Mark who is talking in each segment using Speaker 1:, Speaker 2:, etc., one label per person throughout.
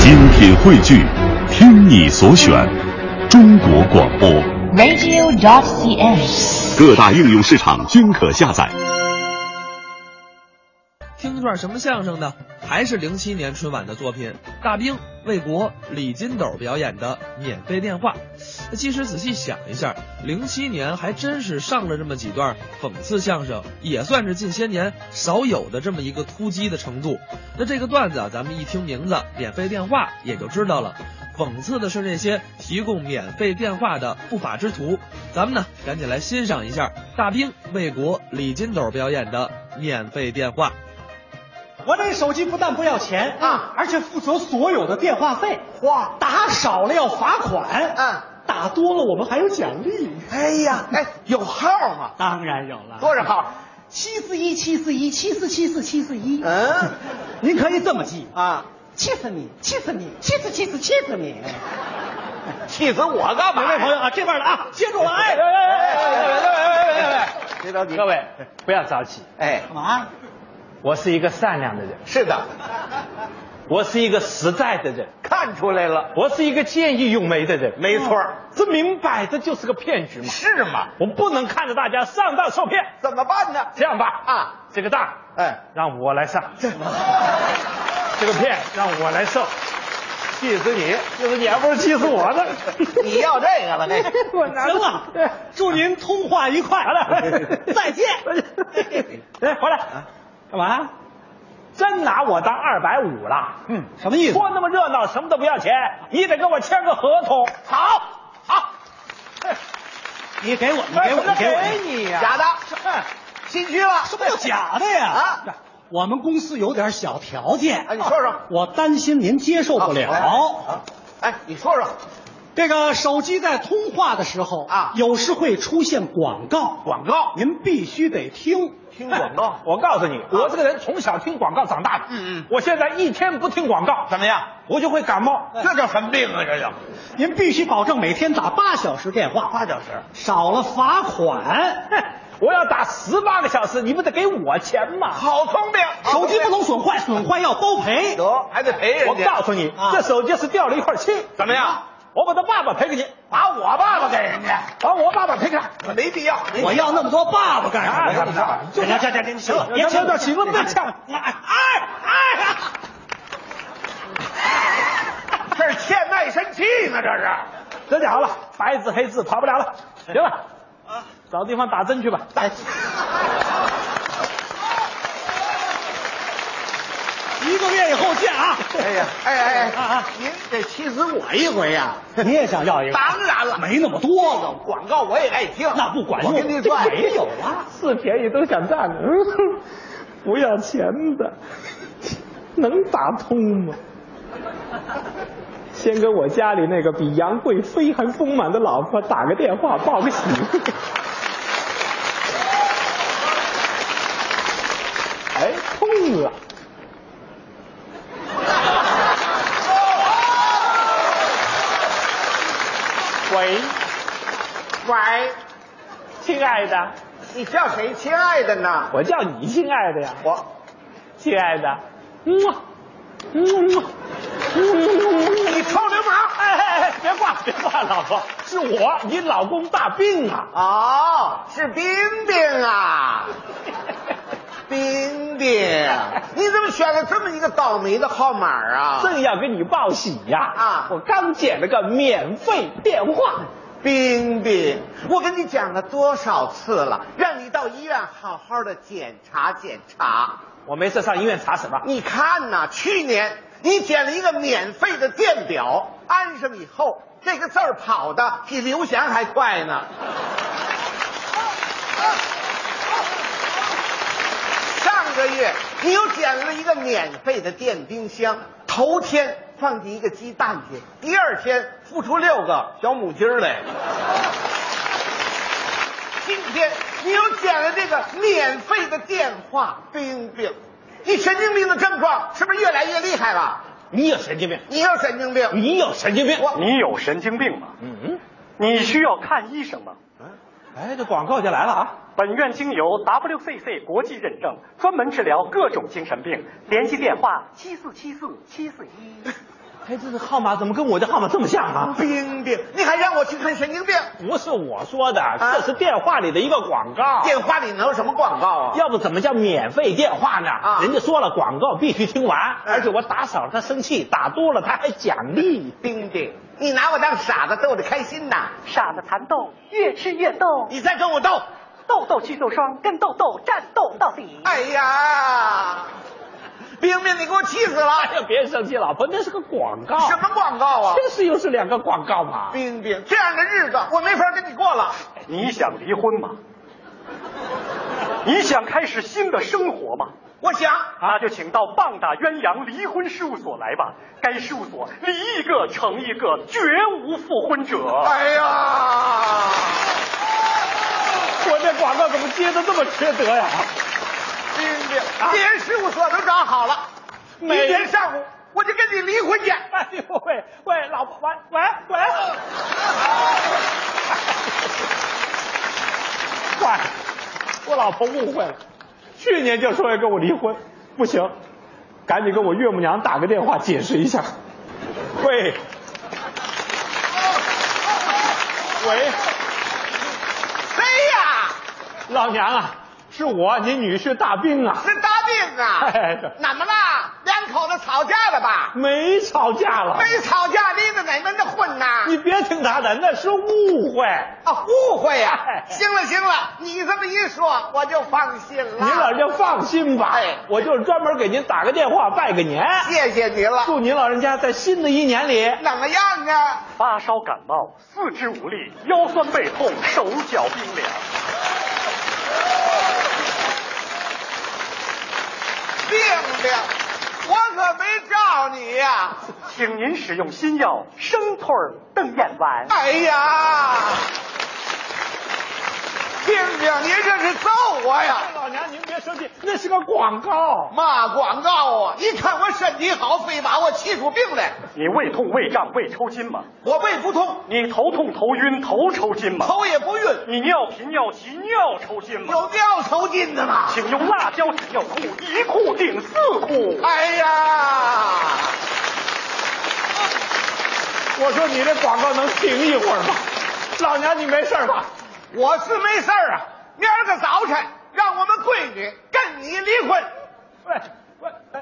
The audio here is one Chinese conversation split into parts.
Speaker 1: 精品汇聚，听你所选，中国广播。
Speaker 2: radio.cn。
Speaker 1: 各大应用市场均可下载。
Speaker 3: 听段什么相声呢？还是零七年春晚的作品，大兵、魏国、李金斗表演的《免费电话》。那其实仔细想一下，零七年还真是上了这么几段讽刺相声，也算是近些年少有的这么一个突击的程度。那这个段子啊，咱们一听名字《免费电话》也就知道了，讽刺的是那些提供免费电话的不法之徒。咱们呢，赶紧来欣赏一下大兵、魏国、李金斗表演的《免费电话》。
Speaker 4: 我这手机不但不要钱啊，而且负责所有的电话费。
Speaker 5: 哇，
Speaker 4: 打少了要罚款，
Speaker 5: 啊，
Speaker 4: 打多了我们还有奖励。
Speaker 5: 哎呀，哎，有号吗？
Speaker 4: 当然有了，
Speaker 5: 多少号？
Speaker 4: 七四一七四一七四七四七四一。
Speaker 5: 嗯，
Speaker 4: 您可以这么记啊，
Speaker 5: 啊，
Speaker 4: 气死你，气死你，气死气死气死你！
Speaker 5: 气死我干嘛
Speaker 4: 每
Speaker 5: 呀？
Speaker 4: 位朋友啊，这边的啊，接住了，哎，哎哎哎
Speaker 5: 哎哎
Speaker 4: 哎
Speaker 5: 哎哎
Speaker 4: 哎
Speaker 5: 哎哎
Speaker 4: 哎哎
Speaker 5: 哎
Speaker 4: 哎，
Speaker 5: 别着 急，
Speaker 6: 各位不要着急，
Speaker 5: 哎，
Speaker 4: 干嘛？
Speaker 6: 我是一个善良的人，
Speaker 5: 是的，
Speaker 6: 我是一个实在的人，
Speaker 5: 看出来了，
Speaker 6: 我是一个见义勇为的人。
Speaker 5: 没错
Speaker 4: 嗯
Speaker 5: 儿，
Speaker 6: 这明摆着就是个骗局嘛！
Speaker 5: 是吗？
Speaker 6: 我不能看着大家上当受骗。
Speaker 5: 怎么办呢？
Speaker 6: 这样吧，
Speaker 5: 啊，
Speaker 6: 这个当，
Speaker 5: 哎
Speaker 6: 让我来上。这个骗让我来受，气死你！气死你，还不是气死我呢？
Speaker 5: 你要这个了，那 个
Speaker 6: 我拿
Speaker 4: 行了，祝您通话愉快，
Speaker 6: 好了，
Speaker 4: 再 见。
Speaker 6: 来，哎回来，
Speaker 4: 啊干嘛？
Speaker 6: 真拿我当二百五了？嗯。
Speaker 4: 什么意思？
Speaker 6: 说那么热闹，什么都不要钱，你得跟我签个合同。好，好，
Speaker 4: 你给我，你给我，你给我，
Speaker 6: 哎给你哎
Speaker 5: 假的，心虚了，
Speaker 4: 什么叫假的呀？
Speaker 5: 啊，
Speaker 4: 我们公司有点小条件，
Speaker 6: 啊
Speaker 5: 哎你说说
Speaker 4: 我担心您接受不了。
Speaker 5: 啊哎，你说说，
Speaker 4: 这个手机在通话的时候
Speaker 5: 啊
Speaker 4: 有时会出现广告，
Speaker 6: 广告
Speaker 4: 您必须得听。
Speaker 5: 听广告
Speaker 6: 我告诉你，我这个人从小听广告长大的。
Speaker 5: 嗯嗯
Speaker 6: 我现在一天不听广告，
Speaker 5: 怎么样？
Speaker 6: 我就会感冒。
Speaker 5: 这叫什么病啊？这叫
Speaker 4: 您必须保证每天打八小时电话，
Speaker 5: 八小时，
Speaker 4: 少了罚款。
Speaker 6: 哼我要打十八个小时，你不得给我钱吗？
Speaker 5: 好聪明，
Speaker 6: 哎
Speaker 4: 手机不
Speaker 5: 能
Speaker 4: 能损坏，损坏要包赔。
Speaker 5: 得，还得赔人
Speaker 6: 我
Speaker 5: 家。
Speaker 6: 告诉你，
Speaker 4: 啊
Speaker 6: 这手机是掉了一块漆。
Speaker 5: 怎么样？
Speaker 6: 我把他爸爸赔给你，
Speaker 5: 把我爸爸给人家，
Speaker 6: 把我爸爸赔给他。
Speaker 5: 没必要。
Speaker 4: 我要那么多爸爸干什么？
Speaker 6: 啊怎么着
Speaker 4: 这这这这，行了，别
Speaker 6: 别
Speaker 4: 呛
Speaker 6: 呛，行了别呛
Speaker 4: 哎哎哎！
Speaker 5: 这是欠卖身契呢，这是。
Speaker 6: 这就好了，白纸黑字跑不了了。行了，找地方打针去吧。
Speaker 5: 哎，
Speaker 4: 一个月以后见啊！
Speaker 5: 哎呀，哎哎
Speaker 4: 啊
Speaker 5: 哎
Speaker 4: 啊，
Speaker 5: 您得气死我一回呀！
Speaker 4: 你也想要一个？
Speaker 5: 当然了，
Speaker 4: 没那么多
Speaker 5: 这个广告我也爱听，
Speaker 4: 那不管用
Speaker 5: 我跟你说，
Speaker 4: 没有啊，
Speaker 6: 是便宜都想占的，嗯不要钱的，能打通吗？先给我家里那个比杨贵妃还丰满的老婆打个电话报个喜。哎，通了。喂，
Speaker 5: 喂，
Speaker 6: 亲爱的，
Speaker 5: 你叫谁亲爱的呢？
Speaker 6: 我叫你亲爱的呀。
Speaker 5: 我
Speaker 6: 亲爱的，嗯啊，嗯啊，嗯
Speaker 5: 你臭流氓！
Speaker 6: 哎哎哎，别挂，别挂，老婆，是我，你老公大病啊。
Speaker 5: 哦，是冰 冰啊，冰冰，你怎么选了这么一个倒霉的号码啊？
Speaker 6: 正要给你报喜呀、
Speaker 5: 啊
Speaker 6: 我刚捡了个免费电话，
Speaker 5: 冰冰，我跟你讲了多少次了，让你到医院好好的检查检查。
Speaker 6: 我没事上医院查什么？
Speaker 5: 你看呐、去年你捡了一个免费的电表，安上以后，这个字儿跑的比刘翔还快呢。上个月你又捡了一个免费的电冰箱，头天放进一个鸡蛋去，第二天孵出六个小母鸡儿来。今天你又捡了这个免费的电话，冰冰，你神经病的症状是不是越来越厉害了？
Speaker 6: 你有神经病，
Speaker 5: 你有神经病，
Speaker 6: 你有神经病。
Speaker 5: 我
Speaker 7: 你有神经病吗？
Speaker 6: 嗯，
Speaker 7: 你需要看医生吗？
Speaker 6: 哎，这广告就来了啊。
Speaker 7: 本院经由 WCC 国际认证，专门治疗各种精神病。联系电话：七四七四七四一。
Speaker 4: 哎，这个号码怎么跟我的号码这么像啊？
Speaker 5: 冰冰，你还让我去看神经病？
Speaker 4: 不是我说的，这是电话里的一个广告。
Speaker 5: 电话里能有什么广告啊？
Speaker 4: 要不怎么叫免费电话呢？
Speaker 5: 啊
Speaker 4: 人家说了广告必须听完，
Speaker 5: 嗯
Speaker 4: 而且我打少了他生气，打多了他还奖励。
Speaker 5: 冰冰，你拿我当傻子逗着开心呐？
Speaker 7: 傻子蚕豆，越吃越逗，
Speaker 5: 你再跟我斗！
Speaker 7: 豆豆祛痘霜，跟豆豆战斗到底。
Speaker 5: 哎呀，冰冰，你给我气死了！
Speaker 4: 哎呀，别生气，老婆，那是个广告，
Speaker 5: 什么广告啊？
Speaker 4: 这是又是两个广告嘛？
Speaker 5: 冰冰，这样的日子我没法跟你过了。
Speaker 7: 你想离婚吗？你想开始新的生活吗？
Speaker 5: 我想，
Speaker 7: 那就请到棒打鸳鸯离婚事务所来吧。该事务所离一个成一个，绝无复婚者。
Speaker 5: 哎呀，
Speaker 4: 我这广告怎么接的这么缺德呀？
Speaker 5: 冰冰，别人事务所都找好了，明
Speaker 4: 啊没
Speaker 5: 天上午我就跟你离婚去。
Speaker 4: 哎呦喂喂，老婆，喂喂喂！ 坏了，我老婆误会了，去年就说要跟我离婚，不行，赶紧跟我岳母娘打个电话解释一下。喂，喂，哎
Speaker 5: 谁呀？
Speaker 4: 老娘啊，是我，你女婿大兵啊，
Speaker 5: 是大病啊
Speaker 4: 哎是？
Speaker 5: 怎么啦？两口子吵架了吧？
Speaker 4: 没吵架了，
Speaker 5: 没吵架，离着哪门子混呐？
Speaker 4: 啊你别听他的，那是误会。
Speaker 5: 啊，误会呀、
Speaker 4: 哎
Speaker 5: 行了行了，你这么一说，我就放心了。
Speaker 4: 您老人家放心吧，
Speaker 5: 哎
Speaker 4: 我就是专门给您打个电话拜个年，
Speaker 5: 谢谢你了。
Speaker 4: 祝您老人家在新的一年里
Speaker 5: 怎么样啊？
Speaker 7: 发烧感冒，四肢无力，腰酸背痛，手脚冰凉。
Speaker 5: 病病，我可没照你呀、
Speaker 7: 请您使用新药生吞儿瞪眼丸。
Speaker 5: 哎呀，病病，您这是揍我呀！
Speaker 4: 哎老娘您别生气，那是个广告。
Speaker 5: 骂广告啊！一看我身体好，非把我气出病来。
Speaker 7: 你胃痛、胃胀、胃抽筋吗？
Speaker 5: 我胃不痛，
Speaker 7: 你头痛、头晕、头抽筋吗？
Speaker 5: 头也不晕，
Speaker 7: 你尿频、尿急、尿抽筋吗？
Speaker 5: 有尿抽筋的吗？
Speaker 7: 请用辣椒纸尿裤，一裤顶四裤。
Speaker 5: 哎呀，
Speaker 4: 我说你这广告能停一会儿吗？老娘你没事吧？
Speaker 5: 我是没事儿啊。明儿个早晨，让我们闺女跟你离婚。
Speaker 4: 喂喂，哎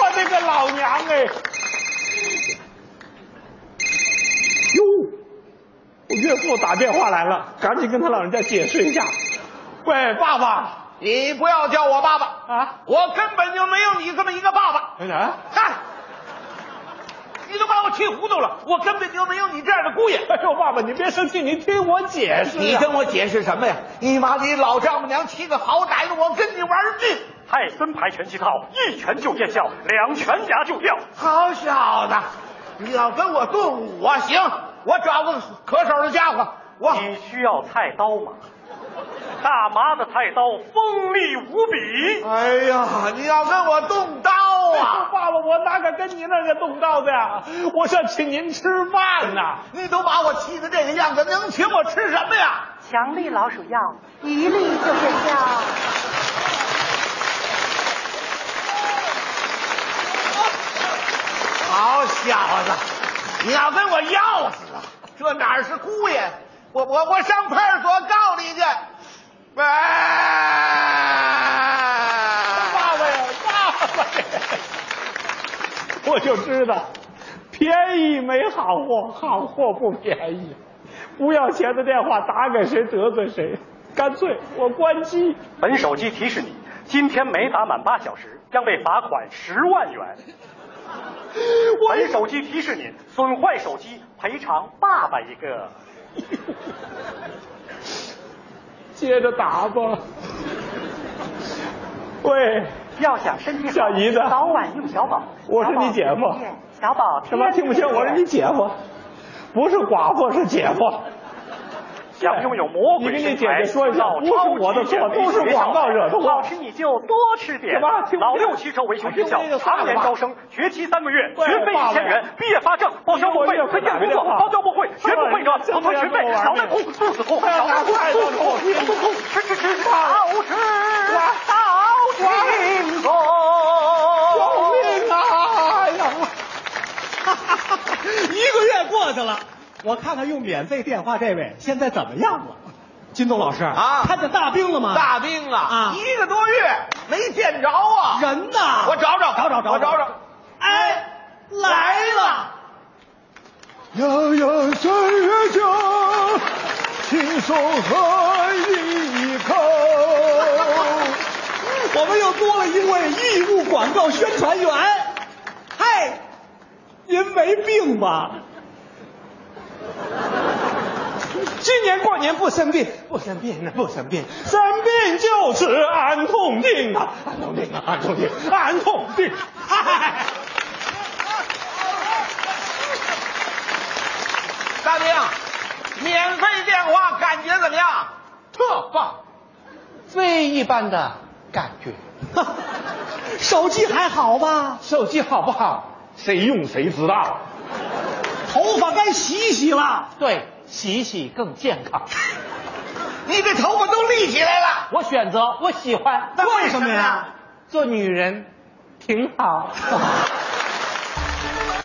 Speaker 4: 我的个老娘哎！哟，我岳父打电话来了，赶紧跟他老人家解释一下。喂，爸爸
Speaker 5: 你不要叫我爸爸，
Speaker 4: 啊，
Speaker 5: 我根本就没有你这么一个爸爸。
Speaker 4: 哎呀，
Speaker 5: 嗨，你都把我气糊涂了，我根本就没有你这样的姑爷。
Speaker 4: 哎呦，爸爸，你别生气，你听我解释、啊。
Speaker 5: 你跟我解释什么呀？你妈你老丈母娘气个好歹的，我跟你玩命。
Speaker 7: 泰森牌拳击套，一拳就见效，两拳牙就掉。
Speaker 5: 好小子，你要跟我动武啊？行，我找个可手的家伙，我
Speaker 4: 哎
Speaker 7: 你需要菜刀吗？大妈的菜刀锋利无比。
Speaker 5: 哎呀，你要跟我动刀
Speaker 4: 哎爸
Speaker 5: 啊！
Speaker 4: 爸，我哪敢跟您那个动刀子呀？我是要请您吃饭呐、
Speaker 5: 你都把我气的这个样子，能请我吃什么呀？
Speaker 2: 强力老鼠药，一粒就见效。
Speaker 5: 好小子，你要跟我要死啊！这哪儿是姑爷？我我我上派出所告你去！喂、
Speaker 4: 爸爸呀，爸爸呀！我就知道，便宜没好货，好货不便宜。不要钱的电话打给谁得罪谁，干脆我关机。
Speaker 7: 本手机提示你，今天没打满八小时，将被罚款十万元。本手机提示您，损坏手机赔偿爸爸一个。
Speaker 4: 接着打吧。喂，
Speaker 2: 要想身体好，
Speaker 4: 小姨子
Speaker 2: 早晚用小宝。
Speaker 4: 我是你姐夫
Speaker 2: 小宝
Speaker 4: 什
Speaker 2: 天天小宝
Speaker 4: 么听不清？我是你姐夫，不是寡妇，是姐夫。
Speaker 7: 想拥有魔
Speaker 4: 你
Speaker 7: 鬼
Speaker 4: 跟
Speaker 7: 身
Speaker 4: 你
Speaker 7: 材，
Speaker 4: 姐姐说一下
Speaker 7: 老
Speaker 4: 不是
Speaker 7: 超
Speaker 4: 我的
Speaker 7: 级减
Speaker 4: 错都
Speaker 7: 肥
Speaker 4: 是
Speaker 7: 学
Speaker 4: 广
Speaker 7: 校
Speaker 4: 告惹的祸
Speaker 7: 好吃你就多吃点。
Speaker 4: 什么听不
Speaker 7: 老
Speaker 4: 见
Speaker 7: 六汽车维修学
Speaker 4: 哎听那个
Speaker 7: 校
Speaker 4: 算
Speaker 7: 常
Speaker 4: 了
Speaker 7: 年
Speaker 4: 吧
Speaker 7: 招生，学期三个月，
Speaker 4: 喂
Speaker 7: 学费
Speaker 4: 爸
Speaker 7: 一
Speaker 4: 爸
Speaker 7: 千元，毕业发证，报销不
Speaker 4: 我
Speaker 7: 费
Speaker 4: 岳，父
Speaker 7: 推荐
Speaker 4: 打个电
Speaker 7: 工作，
Speaker 4: 话
Speaker 7: 包教不会，学不会
Speaker 4: 爸
Speaker 7: 者
Speaker 4: 爸你
Speaker 7: 逃退学费，
Speaker 4: 真的要跟我玩
Speaker 7: 脑袋痛，肚子痛，
Speaker 4: 哎呀
Speaker 7: 脑袋痛，
Speaker 4: 太
Speaker 7: 肚
Speaker 4: 痛
Speaker 7: 子
Speaker 4: 了
Speaker 7: 痛，吃吃吃，好吃，好吃。
Speaker 4: 啊啊我看看用免费电话这位现在怎么样了。金东老师
Speaker 5: 啊
Speaker 4: 看见啊大兵了吗？
Speaker 5: 大病啊，
Speaker 4: 啊
Speaker 5: 一个多月没见着啊，
Speaker 4: 人呢？
Speaker 5: 我找找，
Speaker 4: 找找找
Speaker 5: 我找找。
Speaker 4: 哎，来了！
Speaker 8: 洋洋三月下，亲手喝一口。
Speaker 4: 我们又多了一位义务广告宣传员。嗨，您没病吧？今年过年不生病，不生病呢，不生病，生病就是安痛定啊，安痛定啊，安痛定，安痛定。哎嗨，
Speaker 5: 大兵，免费电话感觉怎么样？特棒，非一般的感觉。
Speaker 4: 手机还好吧？
Speaker 5: 手机好不好？
Speaker 6: 谁用谁知道。
Speaker 4: 头发该洗洗了。
Speaker 5: 对，洗洗更健康。你这头发都立起来了。我选择，我喜欢。
Speaker 4: 那为什么呀？
Speaker 5: 做女人挺好。